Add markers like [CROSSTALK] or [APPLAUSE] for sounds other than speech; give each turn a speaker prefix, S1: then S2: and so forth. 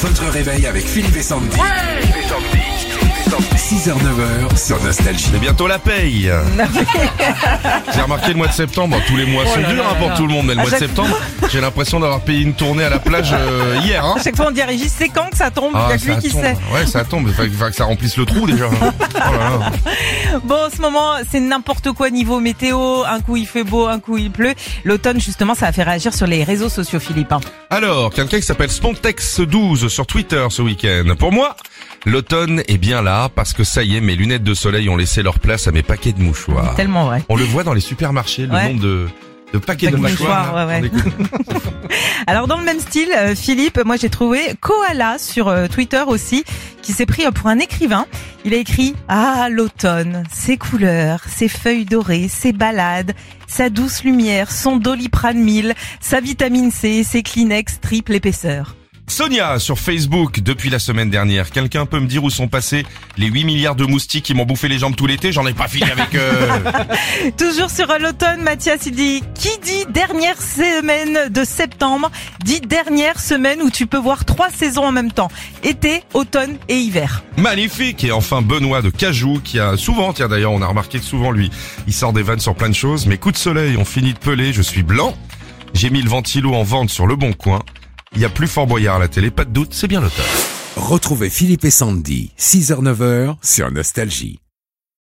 S1: Votre réveil avec Philippe et Sandy. 6h, 9h sur Nostalgie.
S2: C'est bientôt la paye. [LAUGHS] J'ai remarqué le mois de septembre, tous les
S3: Oh
S2: mois sont durs hein, pour tout le monde, mais le mois de
S3: chaque-
S2: septembre, [LAUGHS] j'ai l'impression d'avoir payé une tournée à la plage euh, hier. Hein.
S3: À chaque fois, on dit à Régis, c'est quand que ça tombe Il y
S2: Ah,
S3: a que
S2: ça
S3: lui qui
S2: tombe.
S3: sait.
S2: Ouais, ça tombe. Faut, faut que ça remplisse le trou
S3: [LAUGHS]
S2: déjà. Oh là là.
S3: Bon, en ce moment, c'est n'importe quoi niveau météo. Un coup, il fait beau, un coup, il pleut. L'automne, justement, ça a fait réagir sur les réseaux sociaux, Philippe. hein.
S2: Alors, quelqu'un qui s'appelle Spontex12 sur Twitter ce week-end. Pour moi, l'automne est bien là parce que ça y est, mes lunettes de soleil ont laissé leur place à mes paquets de mouchoirs.
S3: Tellement vrai.
S2: On le voit dans les supermarchés, le
S3: Ouais.
S2: nombre de, de paquets
S3: Paquets
S2: de
S3: de
S2: mouchoirs. hein.
S3: mouchoirs, ouais, ouais.
S2: On découvre.
S3: Alors, dans le même style, euh, Philippe, moi, j'ai trouvé Koala sur euh, Twitter aussi, qui s'est pris euh, pour un écrivain. Il a écrit « Ah, l'automne, ses couleurs, ses feuilles dorées, ses balades, sa douce lumière, son doliprane 1000, sa vitamine C, ses Kleenex triple épaisseur. »
S2: Sonia sur Facebook depuis la semaine dernière. Quelqu'un peut me dire où sont passés les 8 milliards de moustiques qui m'ont bouffé les jambes tout l'été J'en ai pas fini avec eux.
S3: Toujours sur l'automne, Mathias, il dit Qui dit dernière semaine de septembre dit dernière semaine où tu peux voir trois saisons en même temps été, automne et hiver.
S2: Magnifique Et enfin Benoît de Cajou qui a souvent, tiens d'ailleurs on a remarqué que souvent lui, il sort des vannes sur plein de choses, mais coup de soleil, on finit de peler, je suis blanc, j'ai mis le ventilo en vente sur le bon coin, il y a plus fort boyard à la télé, pas de doute, c'est bien l'auteur.
S1: Retrouvez Philippe et Sandy, 6h, 9h sur Nostalgie.